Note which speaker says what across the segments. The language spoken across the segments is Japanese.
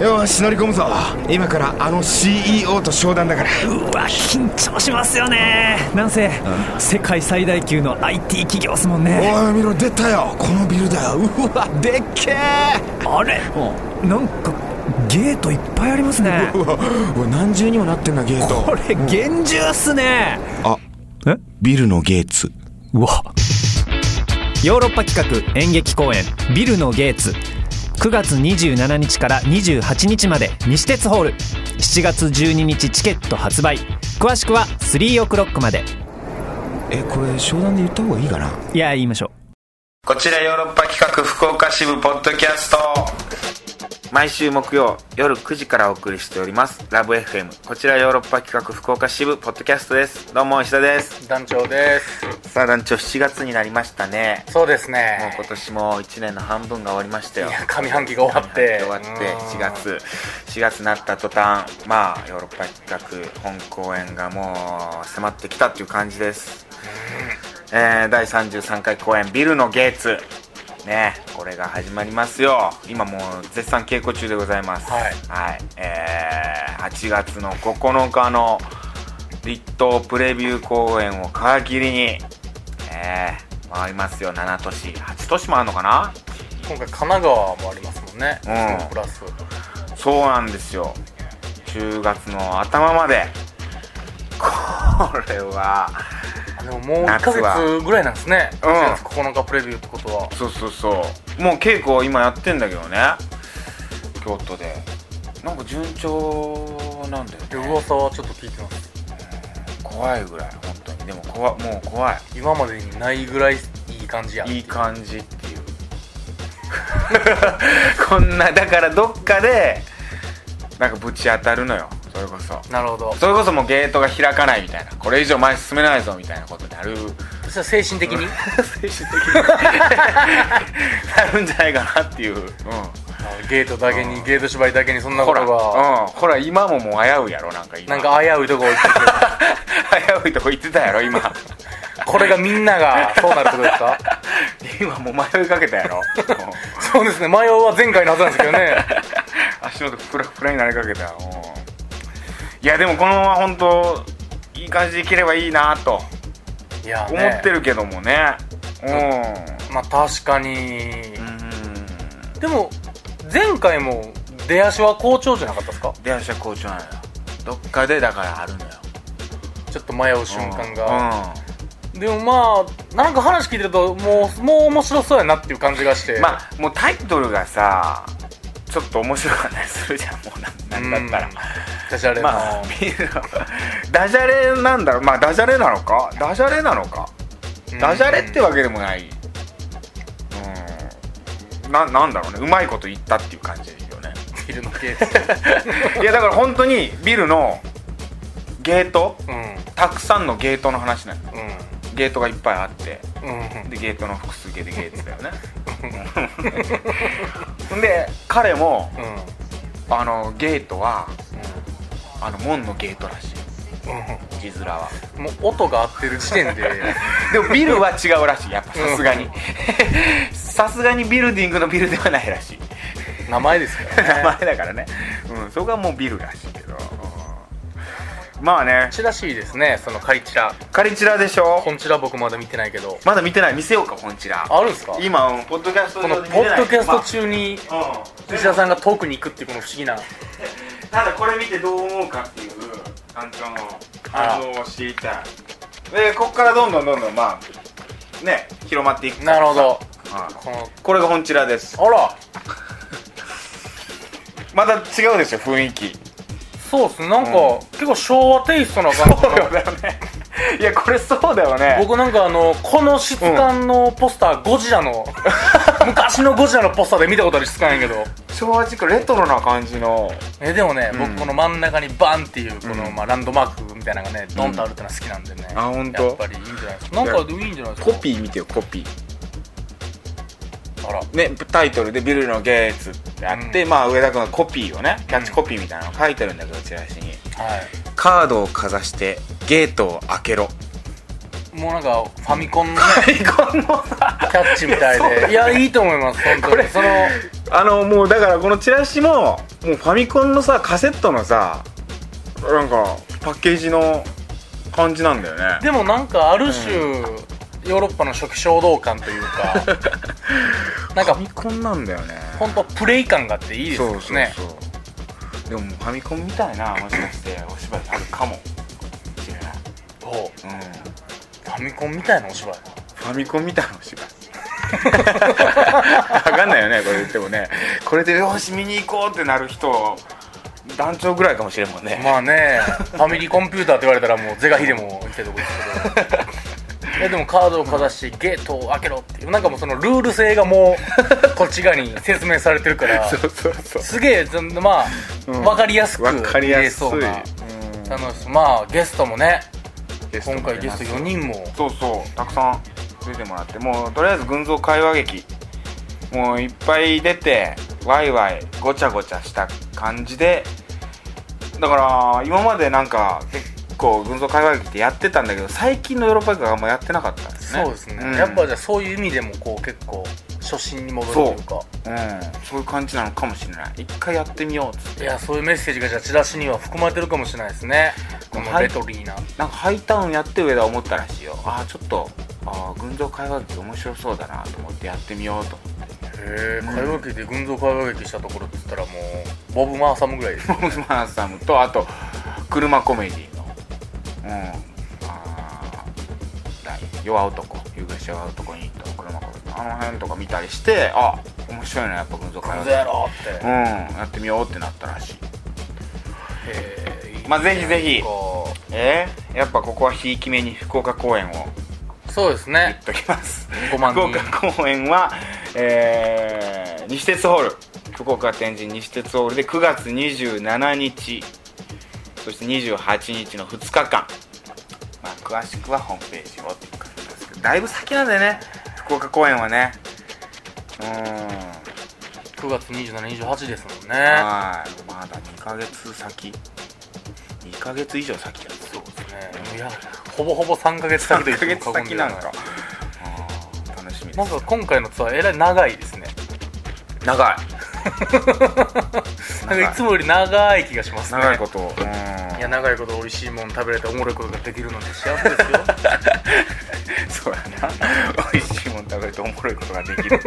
Speaker 1: よし乗り込むぞ今からあの CEO と商談だから
Speaker 2: うわ緊張しますよねなんせ世界最大級の IT 企業っすもんね
Speaker 1: おい見ろ出たよこのビルだようわでっけえ
Speaker 2: あれなんかゲートいっぱいありますね
Speaker 1: うわうわ何重にもなってんなゲート
Speaker 2: これ厳重っすね
Speaker 1: あ
Speaker 2: え
Speaker 1: ビルのゲーツ
Speaker 2: うわヨーロッパ企画演劇公演「ビルのゲーツ」9月27日から28日まで西鉄ホール7月12日チケット発売詳しくは3オクロックまで
Speaker 1: えこれ商談で言った方がいいかない
Speaker 2: や言いましょ
Speaker 3: こちらヨーロッパ企画福岡支部ポッドキャスト毎週木曜夜9時からお送りしておりますラブ f m こちらヨーロッパ企画福岡支部ポッドキャストですどうも石田です
Speaker 4: 団長です
Speaker 3: さあ団長7月になりましたね
Speaker 4: そうです
Speaker 3: もう
Speaker 4: ね
Speaker 3: 今年も1年の半分が終わりましたよ
Speaker 4: いや上半期が終わって
Speaker 3: 終わって
Speaker 4: うん
Speaker 3: 4月4月になった途端まあヨーロッパ企画本公演がもう迫ってきたっていう感じです、えー第33回公演「ビルのゲーツ」ねこれが始まりますよ今もう絶賛稽古中でございます
Speaker 4: はい
Speaker 3: はいえー8月の9日の立東プレビュー公演を皮切りにえー回りますよ7都市8都市もあるのかな
Speaker 4: 今回神奈川もありますもんね、
Speaker 3: うん
Speaker 4: そのプラス
Speaker 3: そうなんですよ10月の頭までこれは
Speaker 4: あでももう1ヶ
Speaker 3: 夏は
Speaker 4: 月ぐらいなんですね
Speaker 3: うん
Speaker 4: 1月9日プレビューってことは
Speaker 3: そうそうそうもう稽古を今やってんだけどね京都でなんか順調なんだ
Speaker 4: で
Speaker 3: よね
Speaker 4: 噂はちょっと聞いてます
Speaker 3: 怖いぐらい本当にでも怖もう怖い
Speaker 4: 今までにないぐらいいい感じや
Speaker 3: いい感じっていう こんなだからどっかでなんかぶち当たるのよそれこそ
Speaker 4: なるほど
Speaker 3: それこそもうゲートが開かないみたいなこれ以上前進めないぞみたいなことになる
Speaker 4: そしたら精神的に
Speaker 3: 精神的になるんじゃないかなっていう、うん、
Speaker 4: あゲートだけにゲート芝居だけにそんな
Speaker 3: ほ
Speaker 4: こ
Speaker 3: ら、
Speaker 4: とが
Speaker 3: うん、ほら今ももう危ういやろなんか今
Speaker 4: なん か危ういとこ行ってきてる
Speaker 3: 危ういとこ行ってたやろ今
Speaker 4: これがみんな がそうなるってことですか
Speaker 3: 今もう迷いかけたやろ うん
Speaker 4: そうですね迷うは前回のはずなんですけどね
Speaker 3: 足元フラフラになりかけたうんいやでもこのまま本当いい感じでいければいいなと
Speaker 4: いやね
Speaker 3: 思ってるけどもね
Speaker 4: まあ確かに、
Speaker 3: うんうん
Speaker 4: でも前回も出足は好調じゃなかったですか
Speaker 3: 電車好調なのよどっかでだからあるのよ
Speaker 4: ちょっと迷う瞬間が、
Speaker 3: がうん
Speaker 4: でもまあなんか話聞いてるともうもう面白そうやなっていう感じがして
Speaker 3: まあもうタイトルがさちょっと面白かったりするじゃんもうななんだったら
Speaker 4: ダジャレの、
Speaker 3: まあビールの ダジャレなんだろうまあダジャレなのかダジャレなのか
Speaker 4: うん
Speaker 3: ダジャレってわけでもないうんななんだろうねうまいこと言ったっていう感じよ ね
Speaker 4: ビルのケー
Speaker 3: いやだから本当にビルのゲート
Speaker 4: スうん
Speaker 3: たくさんのゲートの話なの
Speaker 4: う
Speaker 3: ゲートがいっぱいあって
Speaker 4: んうん
Speaker 3: でゲートの複数形でゲートだよ ねで彼も
Speaker 4: うん
Speaker 3: あのゲートはあの門のゲートらしい字面は
Speaker 4: うんもう音が合ってる時点で
Speaker 3: でもビルは違うらしいやっぱさすがに さすがにビルディングのビルではないら しい
Speaker 4: 名前ですか
Speaker 3: 名
Speaker 4: らね
Speaker 3: 前だからね、うん、そこはもうビルらしいけど、うんまあね
Speaker 4: チラしいですねそのカリチラ
Speaker 3: カリチラでしょ
Speaker 4: コンチラ僕まだ見てないけど
Speaker 3: まだ見てない見せようか本チラ
Speaker 4: あるんですか
Speaker 3: 今うんポッドキャスト
Speaker 4: この
Speaker 3: 上
Speaker 4: ポ
Speaker 3: で見れな
Speaker 4: ッ
Speaker 3: い
Speaker 4: ドキャスト中に
Speaker 3: まあうん
Speaker 4: 石田さんが遠くに行くっていうこの不思議な
Speaker 3: ただこれ見てどう思うかっていう団長の反応を知りたいでここからどんどんどんどんまあね広まっていくから
Speaker 4: なるほど
Speaker 3: うん
Speaker 4: この
Speaker 3: これが本チラです
Speaker 4: あら
Speaker 3: また違うでしょ雰囲気
Speaker 4: そうっすねなんか、
Speaker 3: うん
Speaker 4: 結構昭和テイストな感じの
Speaker 3: よね いやこれそうだよね
Speaker 4: 僕なんかあのこの質感のポスター、ゴジ ラの昔のゴジラのポスターで見たことある質感やけど
Speaker 3: 昭和チックレトロな感じの
Speaker 4: えでもね、
Speaker 3: うん
Speaker 4: 僕この真ん中にバンっていうこの、
Speaker 3: うん
Speaker 4: まあ、ランドマークみたいなのがねドンとあるってのは好きなんでね、
Speaker 3: あほんと
Speaker 4: やっぱりいいんじゃないですかなんかいいんじゃないですか
Speaker 3: コピー見てよコピー
Speaker 4: あら
Speaker 3: ねタイトルで「ビルのゲーツ」ってあって、
Speaker 4: う
Speaker 3: まあ上田君がコピーをねキャッチコピーみたいなのを書いてるんだけどチラシに
Speaker 4: は
Speaker 3: 「カードをかざしてゲートを開 けろ」
Speaker 4: いもうなんかファミコンのね
Speaker 3: アイコンのさ
Speaker 4: キャッチみたいでいやいいと思います本当にその
Speaker 3: あのもうだからこのチラシももうファミコンのさカセットのさなんかパッケージの感じなんだよね
Speaker 4: でもなんかある種、ヨーロッパの初期衝動感とい うかなんか
Speaker 3: ファミコンなんだよね
Speaker 4: ほんとプレイ感があっていいですよね
Speaker 3: そうそうそうでももうファミコンみたいなもしかしてお芝居あるかもしれない、
Speaker 4: ほう
Speaker 3: うん、
Speaker 4: ファミコンみたいなお芝居
Speaker 3: ファミコンみたいなお芝居わかんないよねこれ言ってもねこれでよし見に行こうってなる人団長ぐらいかもしれんもんね、
Speaker 4: ま あねファミリーコンピューターって言われたらもう是が非でも行きたいとこです けどいやでもカードをかざしゲートを開けろっていうなんかもうそのルール性がもうこっち側に説明されてるか ら
Speaker 3: そうそうそう
Speaker 4: すげえずんまあ、
Speaker 3: ん
Speaker 4: 分かりやすく
Speaker 3: わかりやすい、
Speaker 4: 見れそうな楽しそうまあゲストもね
Speaker 3: ゲストも
Speaker 4: 今回ゲスト4人も
Speaker 3: そうそうたくさん出てもらってもうとりあえず群像会話劇もういっぱい出てワイワイごちゃごちゃした感じでだから今までなんか結構群像会話劇ってやってたんだけど最近のヨーロッパ企画はあんまやってなかったんですね
Speaker 4: そうですね、
Speaker 3: ん
Speaker 4: やっぱじゃあそういう意味でもこう結構初心に戻るというか
Speaker 3: うん、そういう感じなのかもしれない一回やってみようっつって
Speaker 4: いやそういうメッセージがじゃあチラシには含まれてるかもしれないですねこのレトリーな、
Speaker 3: なんかハイタウンやって上田思ったらしいよああちょっとあー群像会話劇面白そうだなと思ってやってみようと
Speaker 4: へえ会話劇で群像会話劇したところって言ったらもうボブ・マーサムぐらい ですよ
Speaker 3: 思ってマナサムとあと車コメディのうんあーだい弱男夕暮れし弱男にと車コメディあの辺とか見たりしてあ面白いなやっぱ群像会話
Speaker 4: 「
Speaker 3: 劇
Speaker 4: やろ!」って
Speaker 3: うんやってみようってなったらしい
Speaker 4: へえ
Speaker 3: まあぜひぜひ
Speaker 4: こ
Speaker 3: えー、やっぱここはひいきめに福岡公演を
Speaker 4: うそうです
Speaker 3: 言
Speaker 4: ね
Speaker 3: っときます
Speaker 4: 5万
Speaker 3: 福
Speaker 4: 人
Speaker 3: 岡公演は、えー西鉄ホール福岡天神西鉄ホールで9月27日そして28日の2日間、まあ、詳しくはホームページをっていう感じですけどだいぶ先なんでね福岡公演はねうー
Speaker 4: 9月2728ですもんね
Speaker 3: んはいまだ2ヶ月先2ヶ月以上先だそうです
Speaker 4: いやほぼほぼ3ヶ月先と言
Speaker 3: 3
Speaker 4: っ
Speaker 3: ヶ
Speaker 4: て
Speaker 3: 月
Speaker 4: も過言
Speaker 3: 先
Speaker 4: で
Speaker 3: な
Speaker 4: は
Speaker 3: の
Speaker 4: ない
Speaker 3: かうん楽しみです
Speaker 4: なんか今回のツアーえらい長いですね
Speaker 3: 長い
Speaker 4: なんかいつもより長い気がしますね
Speaker 3: 長いことうん
Speaker 4: いや長いこと美味しいもの食べれておもろいことができるので幸せですよ
Speaker 3: そうやな 美味しいもん食べるとおもろいことができる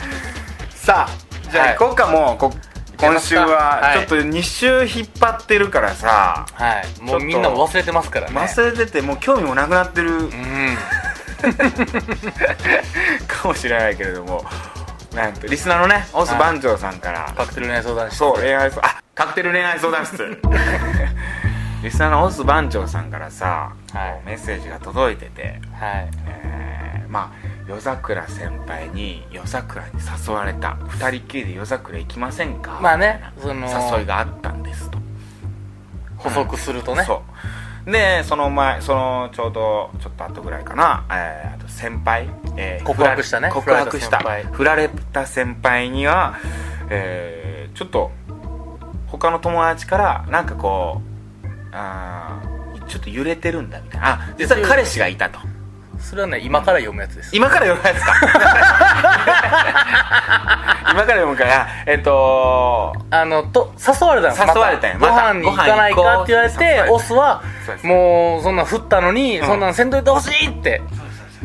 Speaker 3: さあじゃ
Speaker 4: は
Speaker 3: あ
Speaker 4: い
Speaker 3: 行こうか、もうこ
Speaker 4: 行き
Speaker 3: 今
Speaker 4: ます
Speaker 3: 週
Speaker 4: か
Speaker 3: は
Speaker 4: はい
Speaker 3: ちょっと2週引っ張ってるからさ、
Speaker 4: はいも
Speaker 3: ちょっ
Speaker 4: う
Speaker 3: と
Speaker 4: みんなも忘れてますからね
Speaker 3: 忘れててもう興味もなくなってる
Speaker 4: うん
Speaker 3: かもしれないけれどもなんとリスナーのねオス
Speaker 4: はい
Speaker 3: 番長さんから、
Speaker 4: カクテル恋愛相談室
Speaker 3: そう恋愛相あカクテル恋愛相談室 リスナーのオス番長さんからさ、
Speaker 4: はい
Speaker 3: メッセージが届いてて
Speaker 4: はい
Speaker 3: えーまあ夜桜先輩に夜桜に誘われた二人っきりで夜桜行きませんか
Speaker 4: まあねその
Speaker 3: 誘いがあったんですと、
Speaker 4: 補足するとね、
Speaker 3: そうでその前そのちょうどちょっと後ぐらいかな、えーあと先輩、えー
Speaker 4: 告白したね
Speaker 3: 告白した
Speaker 4: 振られ
Speaker 3: 振
Speaker 4: た先輩
Speaker 3: られた先輩には、えーちょっと他の友達からなんかこうあーちょっと揺れてるんだみたいなあ実は彼氏がいたと
Speaker 4: それはね今から読むやつです
Speaker 3: 今から読むやつか 今から読むからえっと
Speaker 4: あのと誘われたんです
Speaker 3: 誘われたんやま
Speaker 4: また
Speaker 3: た
Speaker 4: ご飯に行かないかって言わ
Speaker 3: ご飯
Speaker 4: れ
Speaker 3: に行こうって誘われ
Speaker 4: て
Speaker 3: た
Speaker 4: オスは
Speaker 3: そうです
Speaker 4: もうそんなん振ったのに、
Speaker 3: ん
Speaker 4: そんなんせんといてほしいって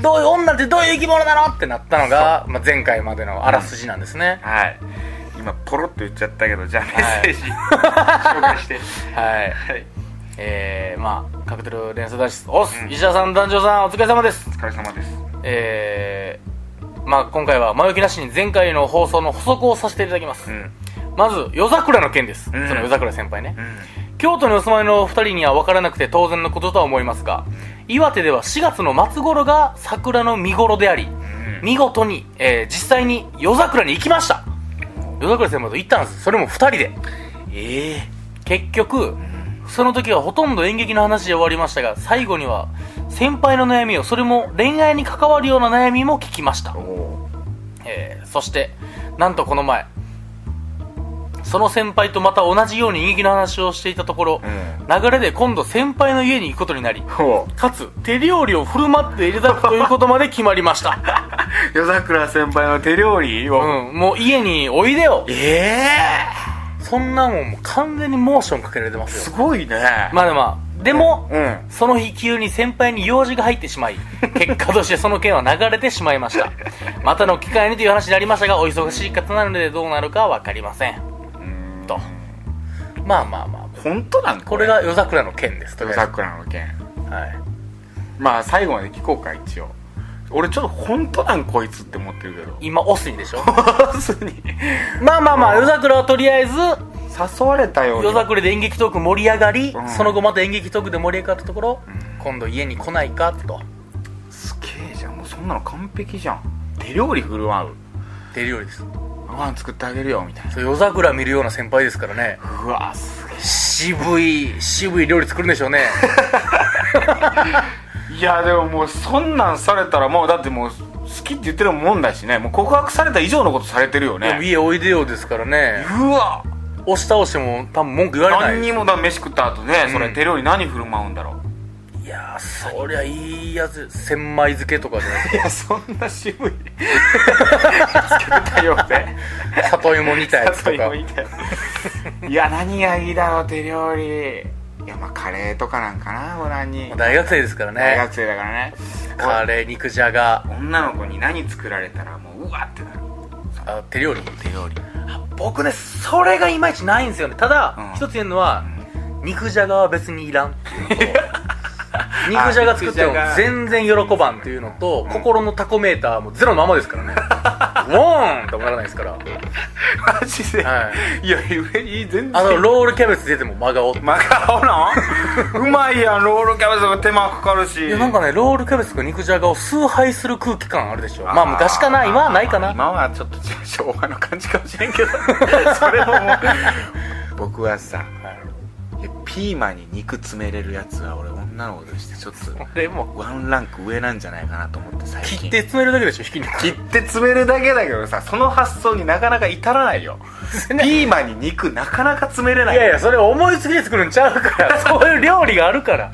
Speaker 4: どういう女ってどういう生き物なのってなったのが、まあ、前回までのあらすじなんですね、
Speaker 3: はい今ポロッと言っちゃったけどじゃあメッセージ、紹介して
Speaker 4: はい、えー、まあカクテル連鎖脱出オス、石田さん団長さんお疲れ様です
Speaker 3: お疲れ様です
Speaker 4: えー、まあ今回は前置きなしに前回の放送の補足をさせていただきます、
Speaker 3: うん
Speaker 4: まず夜桜の件です、
Speaker 3: ん
Speaker 4: その夜桜先輩ね、京都にお住まいのお二人には分からなくて当然のこととは思いますが岩手では4月の末頃が桜の見頃であり、見事に、えー実際に夜桜に行きました夜桜先輩と行ったんですそれも二人で
Speaker 3: ええ
Speaker 4: 結局その時はほとんど演劇の話で終わりましたが最後には先輩の悩みをそれも恋愛に関わるような悩みも聞きました
Speaker 3: お、お
Speaker 4: えーそしてなんとこの前その先輩とまた同じように演劇の話をしていたところ、流れで今度先輩の家に行くことになり
Speaker 3: ほう
Speaker 4: かつ手料理を振る舞っていただくということまで決まりました
Speaker 3: 夜桜先輩の手料理を、
Speaker 4: うん、もう家においでよ
Speaker 3: ええ
Speaker 4: そんなもんもう完全にモーションかけられてま
Speaker 3: ー、
Speaker 4: す
Speaker 3: す
Speaker 4: よ
Speaker 3: ごいね
Speaker 4: まあでもまあでも、
Speaker 3: うん
Speaker 4: その日急に先輩に用事が入って しまい結果としてその件は流れてしまいましたまたの機会にという話になりましたがお忙しい方なのでどうなるかは分かりませんとまあまあまあ
Speaker 3: 本当なん
Speaker 4: これが夜桜の件ですとり
Speaker 3: 夜
Speaker 4: あえ
Speaker 3: 桜の件
Speaker 4: ずはい
Speaker 3: まあ最後まで聞こうか一応俺ちょっと本当なんこいつって思ってるけど
Speaker 4: 今オスにでしょ
Speaker 3: 普通に
Speaker 4: まあまあまあ夜桜はとりあえず
Speaker 3: 誘われたように
Speaker 4: 夜桜で演劇トーク盛り上がり、
Speaker 3: うん
Speaker 4: その後また演劇トークで盛り上がったところ、今度家に来ないかと
Speaker 3: すげえじゃんもうそんなの完璧じゃん手料理振る舞う
Speaker 4: 出るよりです
Speaker 3: ご飯作ってあげるよみたいな
Speaker 4: そう夜桜見るような先輩ですからね
Speaker 3: うわすげ
Speaker 4: 渋い渋い料理作るんでしょうね
Speaker 3: えいやでももうそんなんされたらもうだってもう好きって言ってるもんだしねもう告白された以上のことされてるよ
Speaker 4: でも
Speaker 3: ね
Speaker 4: 家おいでよですからね
Speaker 3: うわ
Speaker 4: 押し倒しても多分文句言われ
Speaker 3: 何
Speaker 4: ない
Speaker 3: にもだ飯食った後ね、
Speaker 4: ん
Speaker 3: それ手料理何振る舞うんだろ
Speaker 4: いやーそりゃいいやつ千枚漬けとかじゃないで
Speaker 3: ういやそんな渋い 作ったようです
Speaker 4: か里芋煮たや つとか
Speaker 3: いや何がいいだろう手料理いやまあカレーとかなんかなご覧に
Speaker 4: 大学生ですから
Speaker 3: 大
Speaker 4: ね
Speaker 3: 学生だからね
Speaker 4: カレー肉じゃが
Speaker 3: 女の子に何作られたらもううわってなる
Speaker 4: あ手料理
Speaker 3: 手料理
Speaker 4: 僕ねそれがいまいちないんですよねただ、
Speaker 3: うん
Speaker 4: 一つ言えるのは、肉じゃがは別にいらんって いうのと肉じゃが作っても全然喜ばんっていうのと心のタコメーターもゼロのままですから ねウォーンともならないですから
Speaker 3: マジで、、
Speaker 4: はい
Speaker 3: や上に全然
Speaker 4: あのロールキャベツ出ても真顔って
Speaker 3: マカ ロンうまいやんロールキャベツが手間かかるし
Speaker 4: いやなんかねロールキャベツとか肉じゃがを崇拝する空気感あるでしょまあ昔かな今はないかな
Speaker 3: 今はちょっと昭和の感じかもしれん けどそれももう僕はさ、いやピーマンに肉詰めれるやつは俺女の子としてちょっと
Speaker 4: でも
Speaker 3: ワンランク上なんじゃないかなと思って最近
Speaker 4: 切って詰めるだけでしょひき肉
Speaker 3: 切って詰めるだけだけどさその発想になかなか至らない よピーマンに肉なかなか詰めれない
Speaker 4: いやいやそれ思いつきで作るんちゃうから そういう料理があるから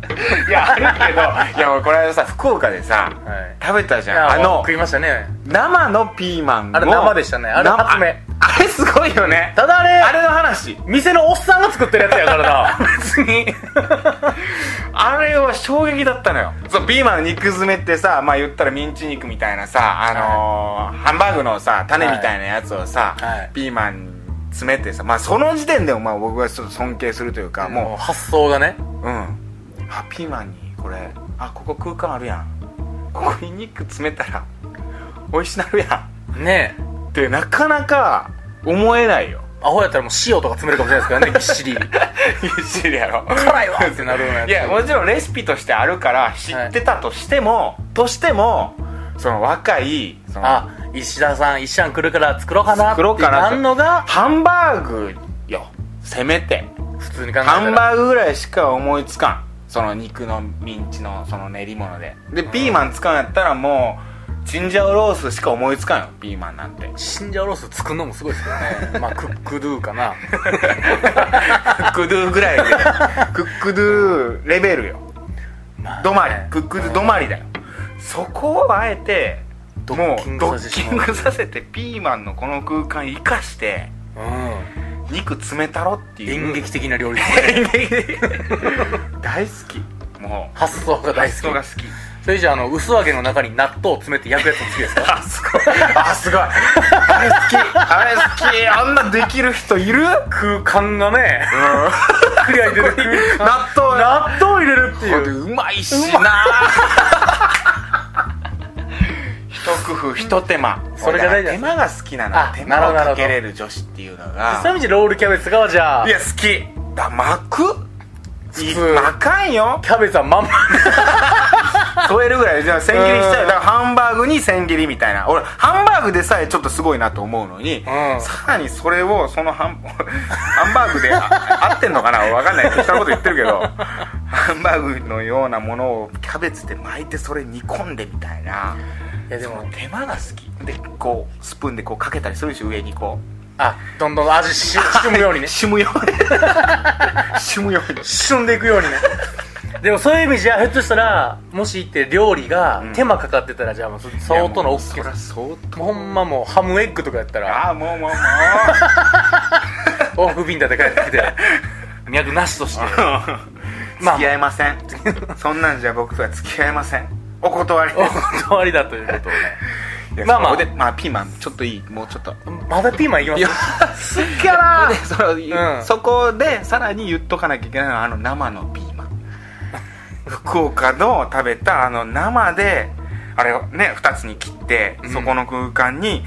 Speaker 3: いやあるけどいや俺この間さ福岡でさ、
Speaker 4: はい
Speaker 3: 食べたじ
Speaker 4: い
Speaker 3: ゃん
Speaker 4: や
Speaker 3: あ
Speaker 4: もう
Speaker 3: の
Speaker 4: 食いましたね
Speaker 3: 生のピーマンを
Speaker 4: あれ生でしたねあれ
Speaker 3: 生
Speaker 4: 発明
Speaker 3: あれすごいよね
Speaker 4: ただあれ
Speaker 3: あれの話
Speaker 4: 店のおっさんが作ってるやつやからな別 に
Speaker 3: あれは衝撃だったのよそうピーマンの肉詰めってさまあ言ったらミンチ肉みたいなさあのーハンバーグのさ種みたいなやつをさ、
Speaker 4: はい
Speaker 3: ピーマンに詰めてさまあその時点でもまあ僕はちょっと尊敬するというかもう
Speaker 4: もう発想がね
Speaker 3: うんあピーマンにこれあここ空間あるやんここに肉詰めたら美味しなるや
Speaker 4: ねえ
Speaker 3: んってなかなか思えないよ
Speaker 4: アホやったらもう塩とか詰めるかもしれないですからねぎ
Speaker 3: ぎ
Speaker 4: っしり
Speaker 3: っしりやろ
Speaker 4: 辛い わってなるようなやつ
Speaker 3: いやもちろんレシピとしてあるから知ってたとしても、としてもその若いその
Speaker 4: あ石田さん石ちゃん来るから作ろうかなって
Speaker 3: 作ろうかな
Speaker 4: な
Speaker 3: って
Speaker 4: んのが
Speaker 3: ハンバーグよせめて
Speaker 4: 普通に考えたら
Speaker 3: ハンバーグぐらいしか思いつかんその肉のミンチのその練り物ででピーマン使うんやったらもうチンジャオロースしか思いつかんよピーマンなんて
Speaker 4: チンジャオロース作るのもすごいですけどねまあクックドゥかな
Speaker 3: クックドゥぐ らいでクックドゥレベルよ止まりクックドゥ止まりだよそこをあえて
Speaker 4: ド
Speaker 3: も
Speaker 4: ッキン
Speaker 3: う
Speaker 4: グ
Speaker 3: ド
Speaker 4: させ
Speaker 3: ッ
Speaker 4: てし
Speaker 3: キングさせてピー
Speaker 4: まう
Speaker 3: マンのこの空間生かして
Speaker 4: う
Speaker 3: 肉詰めたろって
Speaker 4: ん
Speaker 3: いう
Speaker 4: 演劇的な料理
Speaker 3: 大好きもう
Speaker 4: 発想が大好き
Speaker 3: 発想が好 き
Speaker 4: それじゃあの薄揚げの中に納豆を詰めて焼くやつも好きですか
Speaker 3: あすごい あすごいあれ好きあれ好きあんなできる人いる
Speaker 4: 空間がね
Speaker 3: クリア入れる納豆納豆入れるっていううまいしな一工夫一手間
Speaker 4: それが大事なんです
Speaker 3: 手間が好きなの
Speaker 4: あ
Speaker 3: 手
Speaker 4: なる
Speaker 3: 間を
Speaker 4: ほど
Speaker 3: か
Speaker 4: なるほど
Speaker 3: けれる女子っていうの
Speaker 4: ちな
Speaker 3: が
Speaker 4: みにロールキャベツがじゃあ
Speaker 3: いや好きだ巻く
Speaker 4: 普
Speaker 3: い
Speaker 4: 通
Speaker 3: 巻かんよ
Speaker 4: キャベツはまんま
Speaker 3: 添えるぐらいじゃあ千切りしたいだからハンバーグに千切りみたいな俺ハンバーグでさえちょっとすごいなと思うのに、
Speaker 4: ん
Speaker 3: さらにそれをそのハン ハンバーグであ合ってんのかな分かんない適当なこと言ってるけどハンバーグのようなものをキャベツで巻いてそれ煮込んでみたいない
Speaker 4: やでも
Speaker 3: 手間が好きでこうスプーンでこうかけたりするし上にこう
Speaker 4: あどんどん味ししむようにね
Speaker 3: しむようにしむように
Speaker 4: しゅんでいくようにねでもそういう意味じゃひょっとしたらもし行って料理が手間かかってたらじゃあもう相当の
Speaker 3: いやも
Speaker 4: 大
Speaker 3: う
Speaker 4: き
Speaker 3: そ
Speaker 4: い
Speaker 3: りゃ相当
Speaker 4: ほんまもうハムエッグとかやったら
Speaker 3: ああもうもうもう
Speaker 4: 往復便だって帰 ってきて脈なしとしてまあ
Speaker 3: 付き合いませんそんなんじゃ僕とは付き合いませんお断りで
Speaker 4: お
Speaker 3: す
Speaker 4: 断りだということをね
Speaker 3: いや
Speaker 4: まあまあ
Speaker 3: そこでまあピーマンちょっといいもうちょっと
Speaker 4: まだピーマンいきます
Speaker 3: すっからでその、
Speaker 4: ん
Speaker 3: そこでさらに言っとかなきゃいけないのはあの生のピーマン福岡の食べたあの生であれをね2つに切って、
Speaker 4: うん
Speaker 3: そこの空間に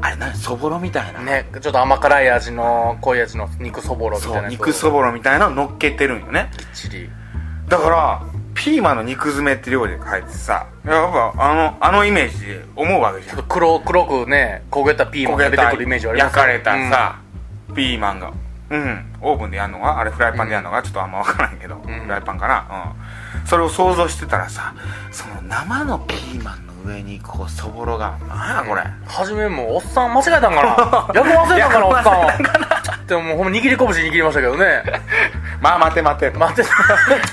Speaker 3: あれ何そぼろみたいな、
Speaker 4: ねちょっと甘辛い味の濃い味の肉そぼろみたい
Speaker 3: そ
Speaker 4: な
Speaker 3: う
Speaker 4: やつを
Speaker 3: 肉そぼろみたいなの乗っけてるんよね
Speaker 4: きっちり
Speaker 3: だからピーマンの肉詰めって料理で書いてさやっぱあのあのイメージで思うわけじゃ
Speaker 4: ち
Speaker 3: ん
Speaker 4: ょっと黒黒くね焦げたピーマンが出てくるイメージはありま
Speaker 3: 焼
Speaker 4: すよ
Speaker 3: かれたさ、ピーマンがうんオーブンでやるのがあれフライパンでやるのがちょっとあんま分からんけど、フライパンかなうんそれを想像してたらさその生のピーマンの上にこうそぼろがなんやこれ、
Speaker 4: うん初めもうおっさん間違えたんかな 役忘れたんかなおっさんはでももうほんま握り拳握りましたけ どね
Speaker 3: まあ待て待て
Speaker 4: 待って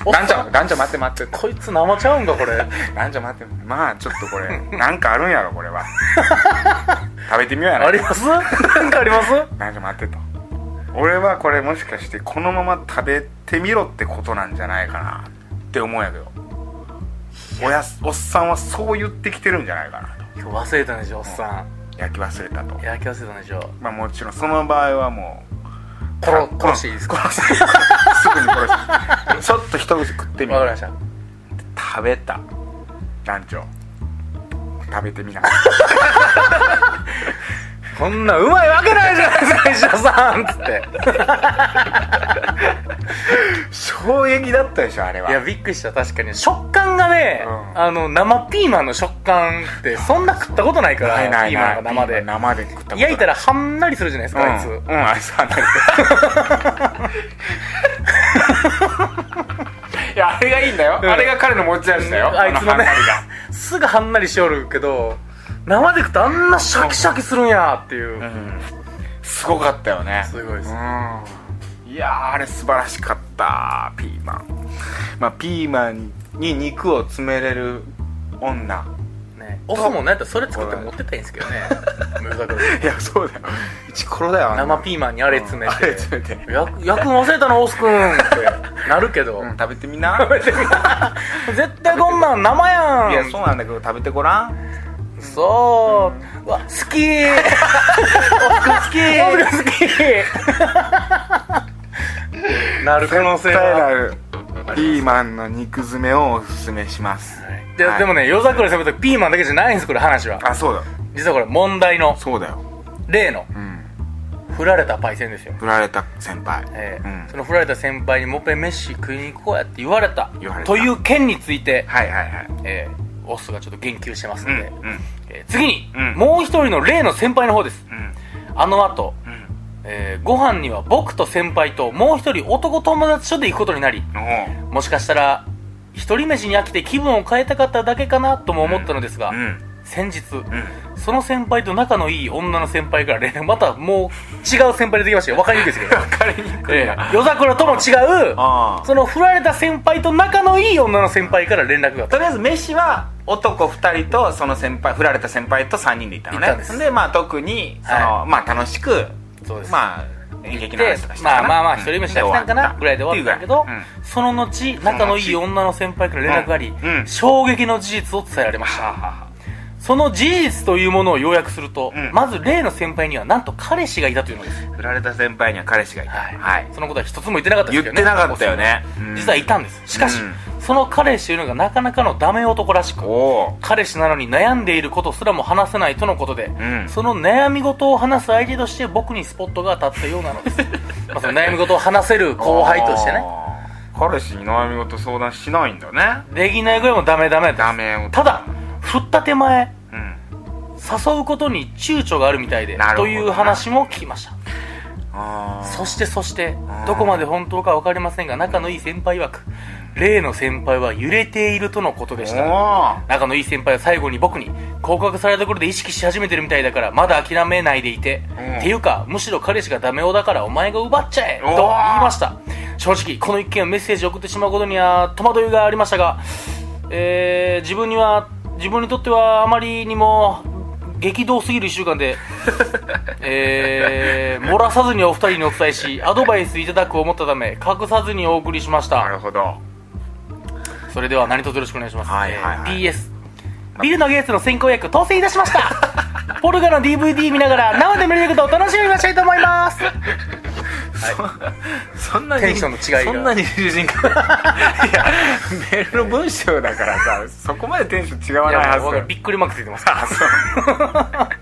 Speaker 4: おっ
Speaker 3: 男
Speaker 4: さ
Speaker 3: 女
Speaker 4: ん
Speaker 3: 男女待て待て
Speaker 4: こいつ生ちゃうんかこれ
Speaker 3: 男女待てまあちょっとこれ なんかあるんやろこれは食べてみようやな
Speaker 4: ありますなんかあります
Speaker 3: なんか待ってと俺はこれもしかしてこのまま食べてみろってことなんじゃないかなって思うんやけどおやすおっさんはそう言ってきてるんじゃないかなと
Speaker 4: 今日忘れたんでしょおっさ
Speaker 3: 焼き忘れたと
Speaker 4: ん焼き忘れたんでしょ
Speaker 3: まあもちろんその場合はもう
Speaker 4: 殺
Speaker 3: た
Speaker 4: 殺していいですか
Speaker 3: 殺していいすぐに殺してちょっと一口食ってみ
Speaker 4: わかり
Speaker 3: る
Speaker 4: ました
Speaker 3: 食べた団長食べて みな
Speaker 4: こんなうまいわけないじゃないですか石田さんっつって
Speaker 3: 衝撃だったでしょあれはい
Speaker 4: やびっくりした確かに食感がね、
Speaker 3: うん
Speaker 4: あの生ピーマンの食感ってそんな食ったことないから
Speaker 3: ないないない
Speaker 4: ピーマンが生で
Speaker 3: 生で食ったことない
Speaker 4: 焼いたらはんなりするじゃないですか、あいつ
Speaker 3: うん、うん、あいつはないやあれがいいんだよ、
Speaker 4: うん
Speaker 3: あれが彼の持ち味だよ
Speaker 4: あいつのね
Speaker 3: あ離れ
Speaker 4: すぐはんなりしおるけど生で食ってあんなシャキシャキするんやっていう、
Speaker 3: が、うん、すごかったよね
Speaker 4: すごいです
Speaker 3: うんいやーあれ素晴らしかったピーマンまあピーマンに肉を詰めれる女
Speaker 4: ねオスもなんやったらそれ作って持ってったらいいんです けどね無駄だけど
Speaker 3: いやそうだよ一コロだよあんな
Speaker 4: 生ピーマンにあれ詰め
Speaker 3: あれ
Speaker 4: て
Speaker 3: 詰めて、
Speaker 4: や焼くの忘れたのオスくんってなるけど、
Speaker 3: うん、食べてみな食べてみ
Speaker 4: 絶対こんなん生やん
Speaker 3: いやそうなんだけど食べてごらん
Speaker 4: そう、うわ 好きー好き好きなる可能性
Speaker 3: 絶対な
Speaker 4: は
Speaker 3: るピーマンの肉詰めをおすすめします、
Speaker 4: いや、
Speaker 3: はい
Speaker 4: でもね夜桜攻めたピーマンだけじゃないんですこれ話は
Speaker 3: あそうだ
Speaker 4: 実はこれ問題の
Speaker 3: そうだよ
Speaker 4: 例の
Speaker 3: うん
Speaker 4: 振られたパイセンですよ、
Speaker 3: 振られた先輩、
Speaker 4: え
Speaker 3: う
Speaker 4: え
Speaker 3: ん
Speaker 4: その振られた先輩にもっぺん飯食いに行こうやって言われた
Speaker 3: 言われた
Speaker 4: という件について、
Speaker 3: はいはいはい
Speaker 4: えーオスがちょっと言及してますん
Speaker 3: うん
Speaker 4: で、えー次に、
Speaker 3: うん
Speaker 4: もう一人の例の先輩の方ですあの後、
Speaker 3: うんうん
Speaker 4: えーご飯には僕と先輩ともう一人男友達とで行くことになり
Speaker 3: お
Speaker 4: もしかしたら一人飯に飽きて気分を変えたかっただけかなとも思ったのですが、
Speaker 3: ううん
Speaker 4: 先日、
Speaker 3: うん
Speaker 4: その先輩と仲のいい女の先輩から連絡ま たもう違う先輩出てきましたよ分かりにくいですけ ど
Speaker 3: 分かりにくい
Speaker 4: え
Speaker 3: な、
Speaker 4: え夜桜とも違う
Speaker 3: ああ
Speaker 4: その振られた先輩と仲のいい女の先輩から連絡があっ
Speaker 3: と
Speaker 4: た
Speaker 3: りあえず飯は男2人とその先輩振られた先輩と3人で行ったのね
Speaker 4: 行ったんです
Speaker 3: でまあ特にその、
Speaker 4: は
Speaker 3: まあ楽しく
Speaker 4: そうです
Speaker 3: まあ演劇の
Speaker 4: で
Speaker 3: 話とかした
Speaker 4: ま
Speaker 3: か
Speaker 4: あ
Speaker 3: な
Speaker 4: まあまあ一人飯だったんかなぐらいで終わったけど
Speaker 3: っていうぐらい
Speaker 4: その後仲のいい女の先輩から連絡があり
Speaker 3: うんうん
Speaker 4: 衝撃の事実を伝えられまし
Speaker 3: はあ
Speaker 4: た
Speaker 3: はあはあ
Speaker 4: その事実というものを要約すると
Speaker 3: うん
Speaker 4: まず例の先輩にはなんと彼氏がいたというのです
Speaker 3: 振られた先輩には彼氏がいたはい
Speaker 4: そのことは一つも言ってなかったですけどね
Speaker 3: 言ってなかったよね
Speaker 4: おそらく
Speaker 3: うん
Speaker 4: 実はいたんですしかし
Speaker 3: う
Speaker 4: その彼氏というのがなかなかのダメ男らしく
Speaker 3: おお
Speaker 4: 彼氏なのに悩んでいることすらも話せないとのことで、
Speaker 3: ん
Speaker 4: その悩み事を話す相手として僕にスポットが当たったよう なのですまあその悩み事を話せる後輩としてね
Speaker 3: あー彼氏に悩み事相談しないんだね
Speaker 4: できないぐらいもダメダメだった
Speaker 3: ダメを
Speaker 4: ただ振った手前
Speaker 3: うん
Speaker 4: 誘うことに躊躇があるみたいで
Speaker 3: なるほ
Speaker 4: と
Speaker 3: どな
Speaker 4: いう話も聞きました
Speaker 3: あー
Speaker 4: そしてそしてどこまで本当か分かりませんが仲のいい先輩曰く例の先輩は揺れているとのことでした
Speaker 3: おー
Speaker 4: 仲のいい先輩は最後に僕に告白された頃で意識し始めてるみたいだからまだ諦めないでいて、
Speaker 3: うん
Speaker 4: っていうかむしろ彼氏がダメ男だからお前が奪っちゃえと
Speaker 3: お
Speaker 4: 言
Speaker 3: ー
Speaker 4: いました正直この一件をメッセージを送ってしまうことには戸惑いがありましたが、えー自分には自分にとってはあまりにも激動すぎる1週 間で、えー漏らさずにお二人にお伝えしアドバイスいただく思ったため隠さずにお送りしまし
Speaker 3: なる
Speaker 4: た
Speaker 3: ほど
Speaker 4: それでは何卒よろしくお願いします、
Speaker 3: はいはいはい
Speaker 4: えー PS ビルのゲイツの先行予約当選いたしました ポルガの DVD 見ながら生で見れることを楽しみにしたいと思います
Speaker 3: そんなに
Speaker 4: テンションの違いが
Speaker 3: そんなに友人かいやメールの文章だからさ そこまでテンション違わ
Speaker 4: い
Speaker 3: ない
Speaker 4: や
Speaker 3: は
Speaker 4: もう
Speaker 3: ずだよ
Speaker 4: びっくりマークついてます
Speaker 3: あそう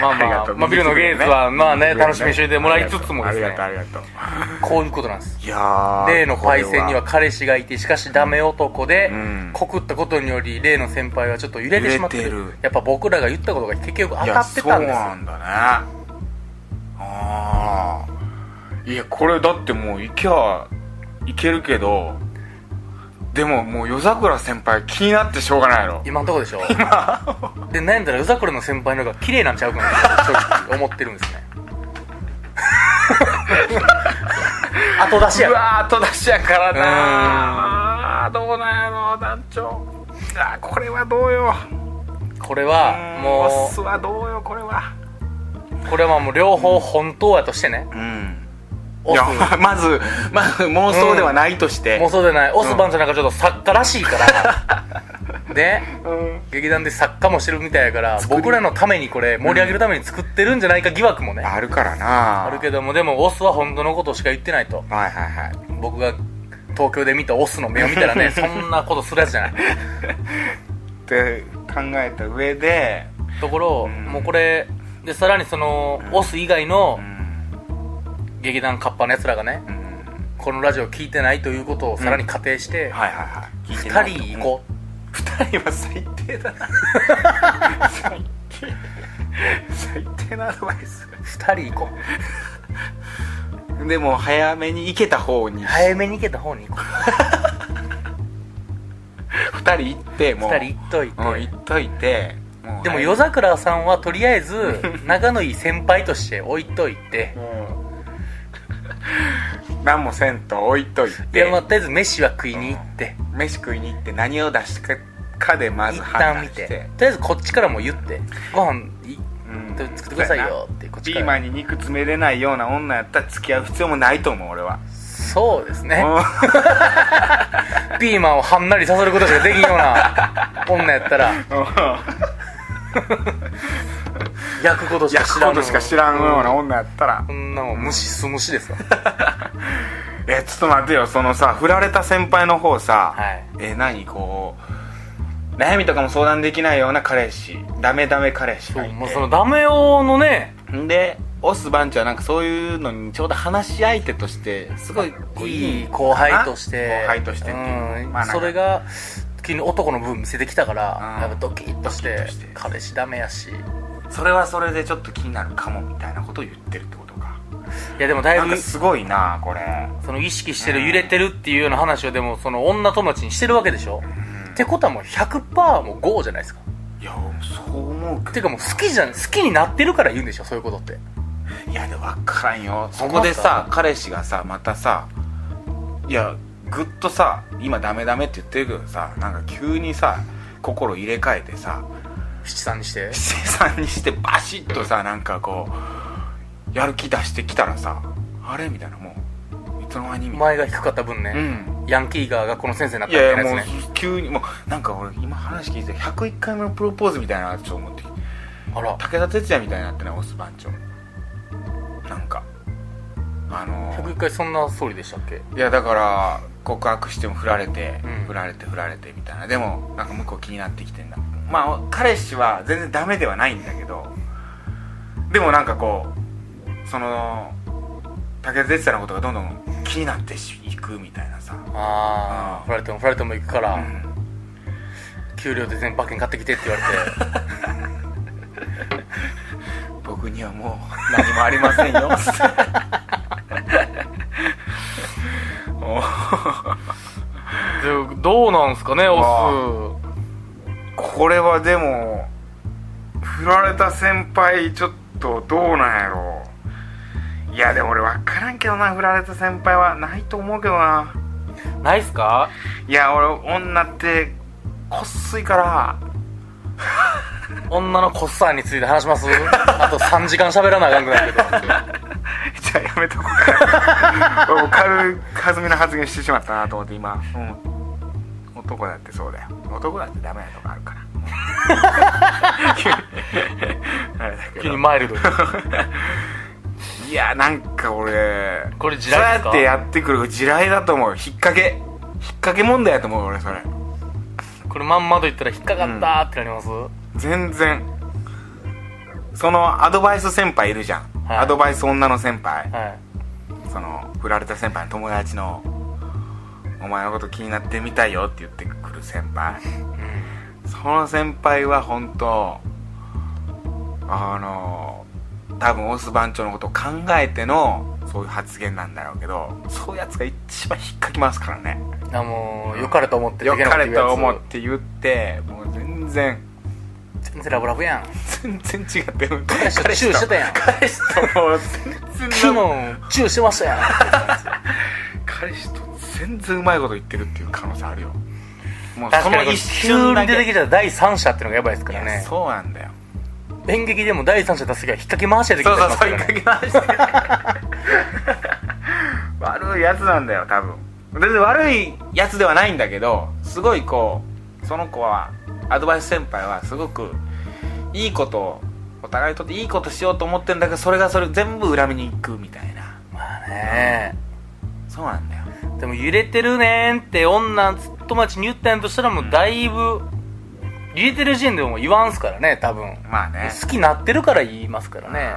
Speaker 4: まあ
Speaker 3: あり
Speaker 4: ま
Speaker 3: が
Speaker 4: あ
Speaker 3: とう
Speaker 4: まあビルのゲイツはまあね楽しみにしていてもらいつつもです
Speaker 3: あり
Speaker 4: ね
Speaker 3: がとうありがとうありがと
Speaker 4: こういうことなんです
Speaker 3: ういやー
Speaker 4: 例のパイセンには彼氏がいてしかしダメ男で、
Speaker 3: うん
Speaker 4: 告ったことにより例の先輩はちょっと揺れてしまってる
Speaker 3: 揺れてる
Speaker 4: やっぱ僕らが言ったことが結局当たってたん
Speaker 3: いやそう
Speaker 4: です
Speaker 3: なんだねああいやこれだってもう行きゃ行けるけどでももう夜桜先輩気になってしょうがないの
Speaker 4: 今んとこでしょで悩んだら夜桜の先輩の方が綺麗なんちゃうかなって正直思ってるんですね 後出しや
Speaker 3: う
Speaker 4: ろ
Speaker 3: わー後出しやから
Speaker 4: うーん
Speaker 3: なあーどうなんやろ団長あーこれはどうよ
Speaker 4: これはも
Speaker 3: ボスはどうよこれは
Speaker 4: うこれはもう両方本当やとしてね、
Speaker 3: うんい
Speaker 4: オス
Speaker 3: や まずまず妄想ではないとして、
Speaker 4: もうそうじゃないオスバンじゃなんかちょっと作家らしいからね、劇団で作家もしてるみたいやから
Speaker 3: 作り
Speaker 4: 僕らのためにこれ盛り上げるために作ってるんじゃないか疑惑もね、
Speaker 3: あるからな
Speaker 4: あるけどもでもオスは本当のことしか言ってないと
Speaker 3: はいはいはい
Speaker 4: 僕が東京で見たオスの目を見た らねそんなことするやつじゃない
Speaker 3: って考えた上で、
Speaker 4: ところを、
Speaker 3: ん
Speaker 4: もうこれでさらにその、オス以外の
Speaker 3: うん
Speaker 4: 劇団カッパのやつらがね
Speaker 3: うん、
Speaker 4: このラジオ聞いてないということをさらに仮定して、
Speaker 3: はいはいはい聞いて
Speaker 4: 2
Speaker 3: ない
Speaker 4: 人行こう
Speaker 3: 2人は最低だな最 低最低なアドバイス
Speaker 4: 2人行こう
Speaker 3: でも早めに行けた方に
Speaker 4: 早めに行けた方に行こ
Speaker 3: 2人行って
Speaker 4: う
Speaker 3: もう
Speaker 4: 2人行っといて、
Speaker 3: うん行っといてもう
Speaker 4: でも
Speaker 3: 早
Speaker 4: 夜
Speaker 3: め
Speaker 4: 桜さんはとりあえず仲のいい先輩として置いといて
Speaker 3: うん何もせんと置いとい
Speaker 4: いやまあ
Speaker 3: て
Speaker 4: とりあえず飯は食いに行って
Speaker 3: 飯食いに行って何を出すかかでまず
Speaker 4: 一
Speaker 3: 判
Speaker 4: 旦
Speaker 3: 断
Speaker 4: 見
Speaker 3: してて
Speaker 4: とりあえずこっちからも言ってご飯い
Speaker 3: うん
Speaker 4: 作ってくださいよってこっち
Speaker 3: ピ
Speaker 4: か
Speaker 3: ーマ
Speaker 4: ら
Speaker 3: ンに肉詰めれないような女やったら付き合う必要もないと思う俺は
Speaker 4: そうですね
Speaker 3: う
Speaker 4: ピーマンをはんなりさせることしかできんような 女やったら
Speaker 3: ん
Speaker 4: 焼くことしか
Speaker 3: 焼
Speaker 4: 知
Speaker 3: く
Speaker 4: ら
Speaker 3: こ
Speaker 4: ん
Speaker 3: としか知らんような女やったら
Speaker 4: こんなもん虫す虫ですわ
Speaker 3: えちょっと待てよそのさ振られた先輩の方さ、
Speaker 4: はい
Speaker 3: え何こう悩みとかも相談できないような彼氏ダメダメ彼氏
Speaker 4: そ
Speaker 3: がいうて
Speaker 4: もうそのダメ男のね
Speaker 3: んでオス番長はなんかそういうのにちょうど話し相手としてすごい
Speaker 4: いい後輩とし
Speaker 3: あ
Speaker 4: て
Speaker 3: 後輩としてっていう、
Speaker 4: うん
Speaker 3: まあなんか
Speaker 4: それが急に男の部分見せてきたから、
Speaker 3: うん
Speaker 4: やっぱドキッとして
Speaker 3: ドキッとして
Speaker 4: 彼氏ダメやしい
Speaker 3: それはそれでちょっと気になるかもみたいなことを言ってるってことか
Speaker 4: やでもだい
Speaker 3: なん
Speaker 4: ぶ
Speaker 3: かすごいなこれ
Speaker 4: その意識してる揺れてるっていうような話をでもその女友達にしてるわけでしょ、ってことはもう100%もう GO じゃないですか
Speaker 3: いやそう思う
Speaker 4: て
Speaker 3: け
Speaker 4: か
Speaker 3: ど
Speaker 4: もう好きじゃん好きになってるから言うんでしょそういうことって
Speaker 3: いやで分からんよそこでさ彼氏がさまたさいやぐっとさ今ダメダメって言ってるけどさなんか急にさ心入れ替えてさ
Speaker 4: 七三にして
Speaker 3: 生産にしてバシッとさなんかこうやる気出してきたらさあれみたいなもういつの間にみたい
Speaker 4: 前が低かった分
Speaker 3: なう
Speaker 4: ね、
Speaker 3: ん
Speaker 4: ヤンキーが学校の先生になっ
Speaker 3: い
Speaker 4: たみた
Speaker 3: や
Speaker 4: い
Speaker 3: いや
Speaker 4: な
Speaker 3: もう
Speaker 4: やつね
Speaker 3: 急にもうなんか俺今話聞いて101回目のプロポーズみたいなちょっと思って
Speaker 4: あら
Speaker 3: 武田鉄矢みたいになってないオス番長なんかあのー
Speaker 4: 101回そんな総理でしたっけ
Speaker 3: いやだから告白しても振られて、
Speaker 4: うん
Speaker 3: 振られて振られてみたいなでもなんか向こう気になってきてんだまあ彼氏は全然ダメではないんだけどでもなんかこうその武田鉄矢のことがどんどん気になっていくみたいなさ、
Speaker 4: あ
Speaker 3: うん
Speaker 4: あ振られても振られても行くから、
Speaker 3: うん
Speaker 4: 給料で全部馬券買ってきてって言われて
Speaker 3: 僕にはもう何もありません よ
Speaker 4: でどうなんすかねオス
Speaker 3: これはでも振られた先輩ちょっとどうなんやろいやでも俺分からんけどな振られた先輩はないと思うけどな
Speaker 4: ないっすか
Speaker 3: いや俺女ってこっすいから
Speaker 4: 女のコッサーについて話します あと3時間喋らなあかんくなるけど
Speaker 3: じゃあやめとこうか俺も軽い弾みの発言してしまったなと思って今、うん、男だってそうだよ男だってダメなとこあるから あれだけ
Speaker 4: 急に
Speaker 3: ど
Speaker 4: マイルドに
Speaker 3: いやなんか俺
Speaker 4: これ地雷ですか
Speaker 3: そうやってやってくる地雷だと思う引っ掛け引っ掛け問題やと思う俺それ
Speaker 4: これまんまと言ったら引っかかったーってなります、
Speaker 3: 全然そのアドバイス先輩いるじゃん、
Speaker 4: はい
Speaker 3: アドバイス女の先輩、
Speaker 4: はい
Speaker 3: その振られた先輩の友達の「お前のこと気になってみたいよ」って言ってくる先輩その先輩は本当あの多分オス番長のことを考えてのそういう発言なんだろうけどそういうやつが一番引っかきますからね
Speaker 4: あもう良かれと思って
Speaker 3: よかれと思
Speaker 4: っ
Speaker 3: ってて言ってもう全然
Speaker 4: 全然ラブラブやん
Speaker 3: 全然違ってる
Speaker 4: 彼氏とチューしてたやん
Speaker 3: 彼氏ともう全
Speaker 4: 昨
Speaker 3: 然な
Speaker 4: 日チューしてましたやん
Speaker 3: 彼氏と全然うまいこと言ってるっていう可能性あるよもう
Speaker 4: 確
Speaker 3: そ
Speaker 4: か
Speaker 3: の
Speaker 4: にこれ
Speaker 3: 一
Speaker 4: 急
Speaker 3: 瞬
Speaker 4: に
Speaker 3: だ
Speaker 4: 出て
Speaker 3: け
Speaker 4: きた第三者ってのがやばいですか
Speaker 3: い
Speaker 4: ら
Speaker 3: や
Speaker 4: ね
Speaker 3: そうなんだよ
Speaker 4: 演劇でも第三者出すが引っ掛け回しやでき
Speaker 3: そう
Speaker 4: た
Speaker 3: そう
Speaker 4: りします
Speaker 3: そ
Speaker 4: か
Speaker 3: ういう
Speaker 4: らね
Speaker 3: かけ回して 悪いやつなんだよ多分全然悪いやつではないんだけどすごいこうその子はアドバイス先輩はすごくいいことをお互いにとっていいことしようと思ってんだけどそれがそれ全部恨みに行くみたいな
Speaker 4: まあね
Speaker 3: そうなんだよ
Speaker 4: でも揺れてるねんって女友達に言ったんやとしたらもうだいぶ揺れてる時点でもう言わんすからね多分
Speaker 3: まあね
Speaker 4: 好きになってるから言いますからね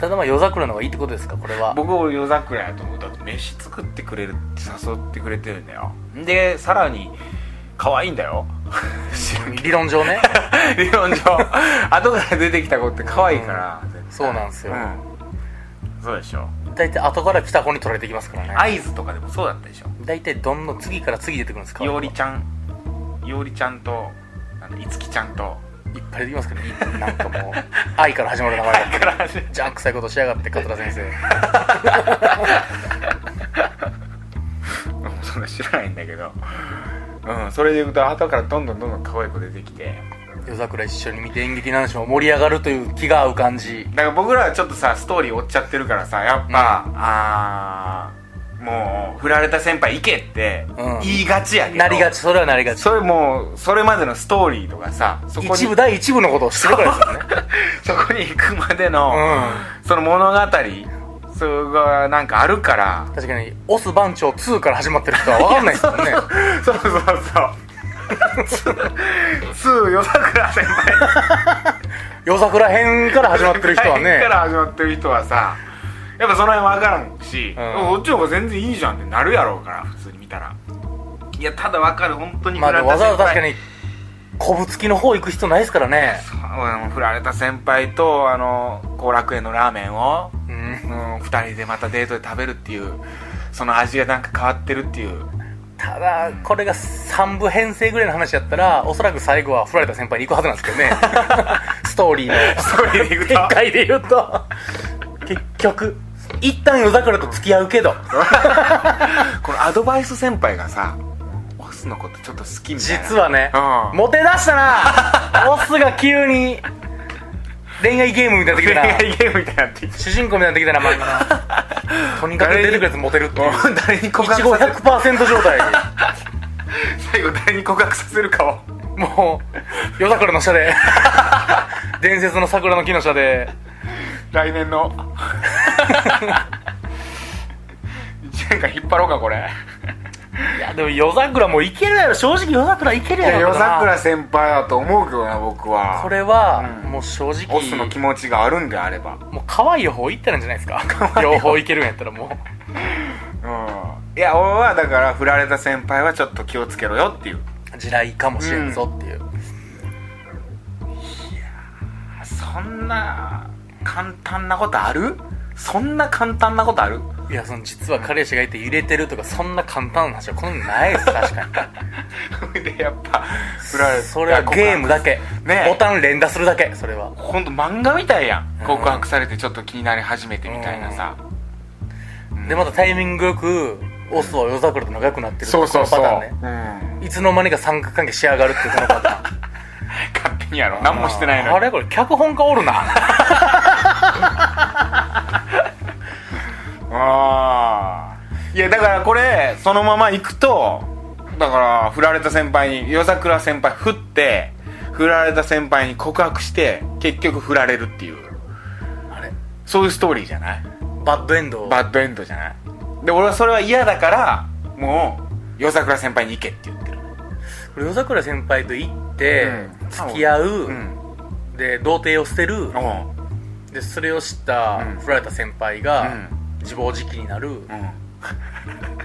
Speaker 4: ただまあ夜桜の方がいいってことですかこれは
Speaker 3: 僕俺夜桜やと思うだって飯作ってくれるって誘ってくれてるんだよでさらに可愛いんだよ 知らん
Speaker 4: 理 論上ね
Speaker 3: 理論 上後から出てきた子って可愛いから、
Speaker 4: そうなんですよ
Speaker 3: うんそうでしょ
Speaker 4: 大体後から来た子に取られてきますからね
Speaker 3: 合図とかでもそうだったでしょ
Speaker 4: 大体どんどん次から次出てくるんですか
Speaker 3: いおりちゃんいおりちゃんとなんだいつきちゃんと
Speaker 4: いっぱい出てきますけどいなんかもう愛から始まる名前だジャンク臭いことしやがって桂先生
Speaker 3: うん そんな知らないんだけどうんそれでいうと後からどんどんどんどん可愛い子出てきて
Speaker 4: 夜桜一緒に見て演劇の話も盛り上がるという気が合う感じ
Speaker 3: だから僕らはちょっとさストーリー追っちゃってるからさやっぱ、あーもう振られた先輩行けって
Speaker 4: うん
Speaker 3: 言いがちやけど、
Speaker 4: なりがちそれはなりがち
Speaker 3: それもうそれまでのストーリーとかさそこに
Speaker 4: 一部第一部のことをしてるからですよね
Speaker 3: そこに行くまでの、
Speaker 4: う
Speaker 3: その物語それがなんかあるから
Speaker 4: 確かにオス番長2から始まってる人は分かんないですもん ね
Speaker 3: そうそう そうつー夜桜先輩
Speaker 4: 夜桜編から始まってる人 は
Speaker 3: か
Speaker 4: ね
Speaker 3: ら始まってる人はさやっぱその辺分からんし、
Speaker 4: うん
Speaker 3: こっちの方が全然いいじゃんってなるやろうから普通に見たらいやただ分かる本当に
Speaker 4: まあでもわざわざ確か
Speaker 3: に
Speaker 4: にこぶつきの方行く必要ないですからね
Speaker 3: 振られた先輩とあの後楽園のラーメンを
Speaker 4: うん
Speaker 3: うん、2人でまたデートで食べるっていうその味がなんか変わってるっていう
Speaker 4: ただこれが3部編成ぐらいの話やったらおそらく最後は振られた先輩に行くはずなんですけどね ストーリーの
Speaker 3: ストーリーでいくと
Speaker 4: 展開 で言うと結局一旦夜桜と付き合うけど
Speaker 3: このアドバイス先輩がさオスのことちょっと好きみたいな
Speaker 4: 実はね、
Speaker 3: うん
Speaker 4: モテ出したなオスが急に恋愛ゲームみたいに
Speaker 3: 恋
Speaker 4: なっ
Speaker 3: 愛
Speaker 4: てきた
Speaker 3: ゲ
Speaker 4: な
Speaker 3: ームみたいになってきて
Speaker 4: 主人公みたいになってきたな漫画なとにかく出てくるやつモテるっていう
Speaker 3: 誰に告
Speaker 4: いち
Speaker 3: 白
Speaker 4: ご
Speaker 3: させる
Speaker 4: 100% 状態
Speaker 3: 最後誰に告白させるかを
Speaker 4: もう夜桜の下で伝説の桜の木の下で
Speaker 3: 来年の1年間引っ張ろうかこれ
Speaker 4: いやでも夜桜もいけるやろ正直夜桜いけるやろ
Speaker 3: 夜
Speaker 4: な
Speaker 3: 桜先輩だと思うけどな僕は
Speaker 4: これは、もう正直
Speaker 3: オスの気持ちがあるんであれば
Speaker 4: もう可愛い方いったらんじゃないです か両方いけるんやったらもう
Speaker 3: うんいや俺はだから振られた先輩はちょっと気をつけろよっていう
Speaker 4: 地雷かもしれんぞっていう、
Speaker 3: そんな簡単なことあるそんな簡単なことある
Speaker 4: いやその実は彼氏がいて揺れてるとかそんな簡単な話はこの世にない です確かに
Speaker 3: でやっぱ振られた
Speaker 4: それはゲームだけ、
Speaker 3: ね
Speaker 4: ボタン連打するだけそれは
Speaker 3: 本当漫画みたいやん告白されてちょっと気になり始めてみたいなさ、
Speaker 4: でまたタイミングよくオスは夜桜と仲良くなってる
Speaker 3: そうそうそう、
Speaker 4: このパターンね
Speaker 3: うん
Speaker 4: いつの間にか三角関係仕上がるっていうこのパター ン
Speaker 3: 勝手にやろ何もしてないのに
Speaker 4: あれこれ脚本家おるな
Speaker 3: ああいやだからこれそのまま行くとだから振られた先輩に夜桜先輩振って振られた先輩に告白して結局振られるっていう
Speaker 4: あれ
Speaker 3: そういうストーリーじゃない
Speaker 4: バッドエンド
Speaker 3: バッドエンドじゃないで俺はそれは嫌だからもう夜桜先輩に行けって言ってる
Speaker 4: これ夜桜先輩と行って、
Speaker 3: うん
Speaker 4: 付き合う、
Speaker 3: うん
Speaker 4: で童貞を捨てる、
Speaker 3: おう
Speaker 4: でそれを知った
Speaker 3: うん
Speaker 4: 振られた先輩が、
Speaker 3: うん
Speaker 4: 自暴自棄になる、
Speaker 3: うん あ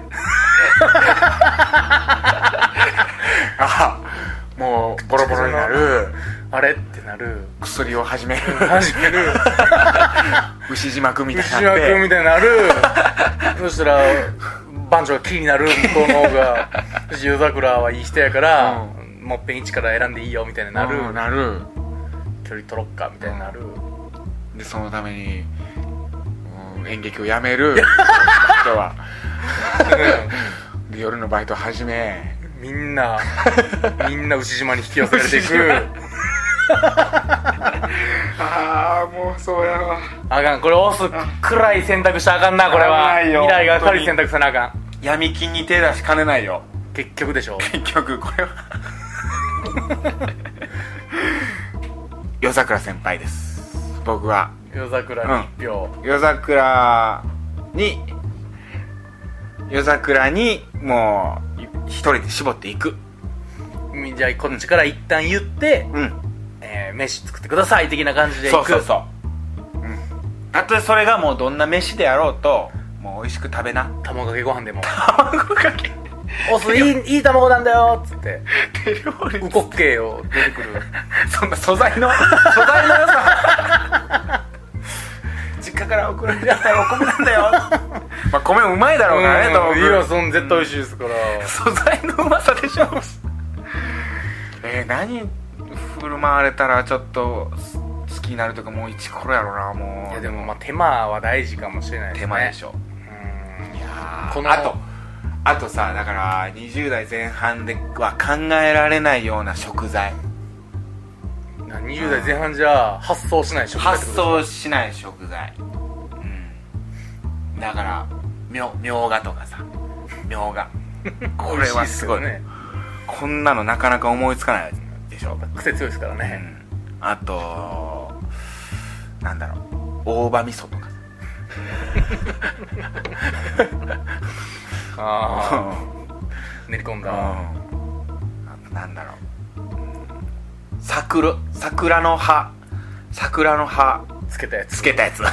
Speaker 3: もうボロボロになる
Speaker 4: あれってなる
Speaker 3: 薬を始める
Speaker 4: 始める
Speaker 3: 牛島君みたいになっ
Speaker 4: 牛
Speaker 3: て
Speaker 4: 島君みたいになる そしたら番長が気になる向こうの方 が「そして夜桜はいい人やから、
Speaker 3: う
Speaker 4: もっぺん一から選んでいいよ」みたいになる、
Speaker 3: うんなる
Speaker 4: 距離取ろっかみたいになる、
Speaker 3: でそのために、うん演劇をやめる 人はで夜のバイトを始め
Speaker 4: みん なみんな牛島に引き寄せられてい
Speaker 3: 牛
Speaker 4: く
Speaker 3: 島ああもうそうやわ
Speaker 4: あかんこれ押す暗い選択したらあかんなこれ
Speaker 3: あ
Speaker 4: は
Speaker 3: かんよ
Speaker 4: 未来が明るい選択せなあかん
Speaker 3: 闇金に手出しかねないよ
Speaker 4: 結局でしょ
Speaker 3: 結局これは夜桜先輩です僕は
Speaker 4: 夜桜に一票、
Speaker 3: 夜桜に夜桜にもうい一人で絞っていく
Speaker 4: じゃあこっちから一旦言って、
Speaker 3: うん
Speaker 4: えー飯作ってください的な感じで
Speaker 3: そ
Speaker 4: 行
Speaker 3: う
Speaker 4: く
Speaker 3: そうそううんたとえそれがもうどんな飯であろうともう美味しく食べ な
Speaker 4: 卵かけご飯でも
Speaker 3: 卵かけ
Speaker 4: 「おすいいいい卵なんだよ」っつって
Speaker 3: 手料理
Speaker 4: 「うこっけーよ」出てくる
Speaker 3: そんな素材の素材の良さ実家から送られてきたお米なんだよまあ米うまいだろうからねとも
Speaker 4: うんいやそん絶対美味しいですから
Speaker 3: 素材のうまさでしょえー、何振る舞われたらちょっとす好きになるとかもう一頃やろなもう
Speaker 4: いやでもまあ手間は大事かもしれないです
Speaker 3: 手
Speaker 4: ね
Speaker 3: 前でしょ、
Speaker 4: うん
Speaker 3: いやー
Speaker 4: この
Speaker 3: あとあとさだから20代前半では考えられないような食材
Speaker 4: な20代前半じゃ発想しない食材ってこ
Speaker 3: 発
Speaker 4: と
Speaker 3: 想しない食材うんだからみょみょうがとかさみょうが これはすごい
Speaker 4: 美味しですよね
Speaker 3: こんなのなかなか思いつかないでしょ、
Speaker 4: 癖強いですから
Speaker 3: う
Speaker 4: ね、
Speaker 3: んあとなんだろう大葉味噌とかさ
Speaker 4: ああ練り込ん
Speaker 3: うん
Speaker 4: だ
Speaker 3: あとなんだろううん桜桜の葉桜の葉
Speaker 4: つけたやつ
Speaker 3: つけた やつ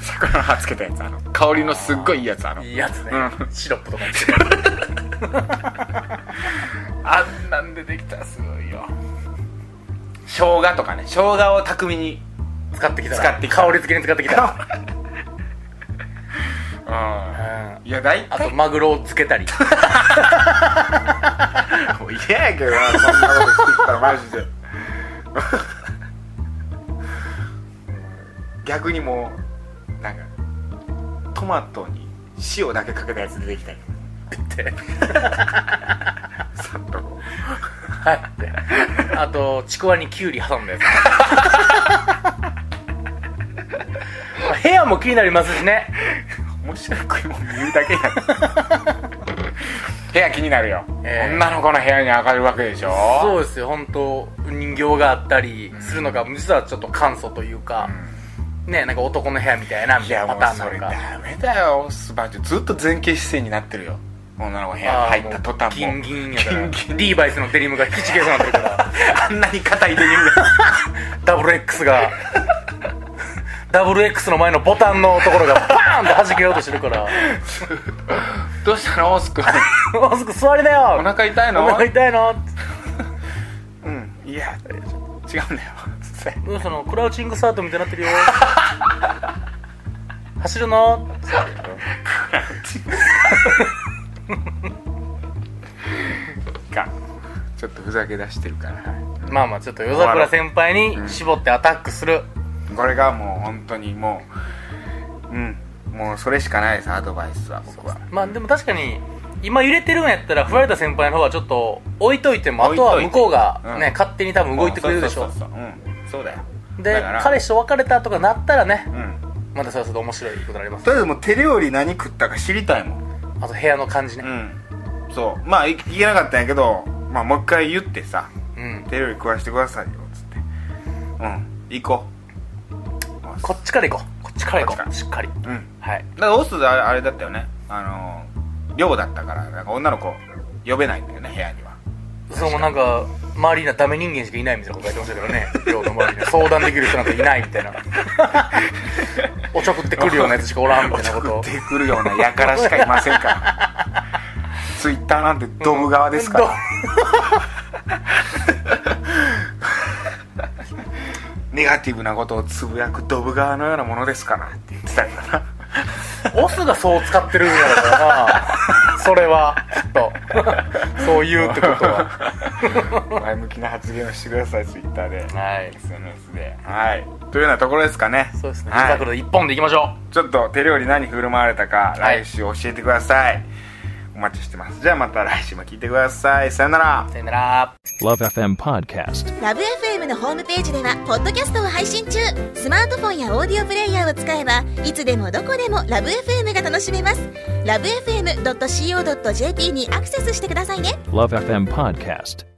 Speaker 3: 桜の葉つけたやつあの香りのすっごいいいやつあの
Speaker 4: いいやつね、
Speaker 3: う
Speaker 4: シロップとかに
Speaker 3: あんなんでできたらすごいよ生姜とかね生姜を巧みに
Speaker 4: 使ってきたら
Speaker 3: 使ってきた
Speaker 4: 香り付けに使ってきた ら、
Speaker 3: うん
Speaker 4: うん
Speaker 3: いや大
Speaker 4: あ
Speaker 3: 体
Speaker 4: とマグロを漬け たり
Speaker 3: もう嫌やけど なそんなこと作ったらマジで逆にもうなんかトマトに塩だけかけたやつ出てきたり
Speaker 4: って
Speaker 3: さっとこう
Speaker 4: はいってあとちくわにきゅうり 挟んだやつまあ部屋も気になりますしね
Speaker 3: 面白い食い物言うだけやん部屋気になるよ、
Speaker 4: ええ
Speaker 3: 女の子の部屋に上がるわけでしょ
Speaker 4: そうですよ本当人形があったりするのが、実はちょっと簡素というか、ねなんか男の部屋みたいなみ
Speaker 3: い
Speaker 4: た
Speaker 3: や
Speaker 4: いな
Speaker 3: もう
Speaker 4: パタ
Speaker 3: そ
Speaker 4: ー
Speaker 3: れ
Speaker 4: ンなのか
Speaker 3: ダメだよスバちゃんずっと前傾姿勢になってるよ女の子部屋入った途端
Speaker 4: ギ
Speaker 3: も
Speaker 4: ンギンやから
Speaker 3: ギンギン
Speaker 4: リーバイスのデニムが引きちぎれそうになってるから
Speaker 3: あんなに硬いデニムが
Speaker 4: ダブル X がダブル X の前のボタンのところがバーンって弾けようとしてるから
Speaker 3: どうしたのオース君
Speaker 4: 「もうすぐ座りだよ
Speaker 3: お腹痛いの
Speaker 4: お腹痛いの」って
Speaker 3: うんいや違うんだよ
Speaker 4: うんそのクラウチングスタートみたいになってるよ走るの
Speaker 3: かちょっとふざけ出してるから、はい
Speaker 4: まあまあちょっと夜桜先輩に絞ってアタックする、
Speaker 3: これがもう本当にもううんもうそれしかないですアドバイスは僕は
Speaker 4: まあでも確かに今揺れてるんやったら振られた先輩の方はちょっと置いといてもあとは向こうが
Speaker 3: 置いといて
Speaker 4: ね、
Speaker 3: うん
Speaker 4: 勝手に多分動いてくれるでしょ
Speaker 3: そうそうそうそううんそうだよ
Speaker 4: で
Speaker 3: だから
Speaker 4: 彼氏と別れたとかなったらね
Speaker 3: うん
Speaker 4: またそれはそれで面白いことになります
Speaker 3: とりあえずもう手料理何食ったか知りたいもん
Speaker 4: あと部屋の感じね
Speaker 3: うんそうまあい言えなかったんやけど、まあ、もう一回言ってさ
Speaker 4: うん
Speaker 3: 「手料理食わしてくださいよ」っつってうん行こう
Speaker 4: こっちから行こうこっちから行こ
Speaker 3: こっちか
Speaker 4: う
Speaker 3: ら
Speaker 4: しっかり
Speaker 3: うんだ
Speaker 4: は
Speaker 3: か
Speaker 4: い
Speaker 3: らオスあれあれだったよねあの寮だったからなんか女の子呼べないんだよね部屋には
Speaker 4: そのなんか周りにはダメ人間しかいないみたいなこと書いてましたけどね寮の周りに相談できる人なんかいないみたいなおちょくってくるようなやつしかおらんみたいなこ と
Speaker 3: 送ってくるようなやからしかいませんから ツイッターなんてドブ側ですから、ネガティブなことをつぶやくドブ側のようなものですからって言ってたから な
Speaker 4: オスがそう使ってるんやろからなそれはきっとそう言うってことは
Speaker 3: 前向きな発言をしてくださいツイッターで
Speaker 4: はい
Speaker 3: SNS ではいというようなところですかね
Speaker 4: そうですね
Speaker 3: はい
Speaker 4: 夜桜で一本でいきましょ
Speaker 3: ちょっと手料理何振る舞われたか
Speaker 4: はい
Speaker 3: 来週教えてください、お待ちしてますじゃあまた来週も聞いてくださいさよなら
Speaker 4: うさよなら
Speaker 5: Love FM Podcast.
Speaker 6: ラブ f m のホームページではポッドキャストを配信中スマートフォンやオーディオプレイヤーを使えばいつでもどこでもラブ f m が楽しめますラブ FM.co.jp にアクセスしてくださいね
Speaker 5: Love FM Podcast.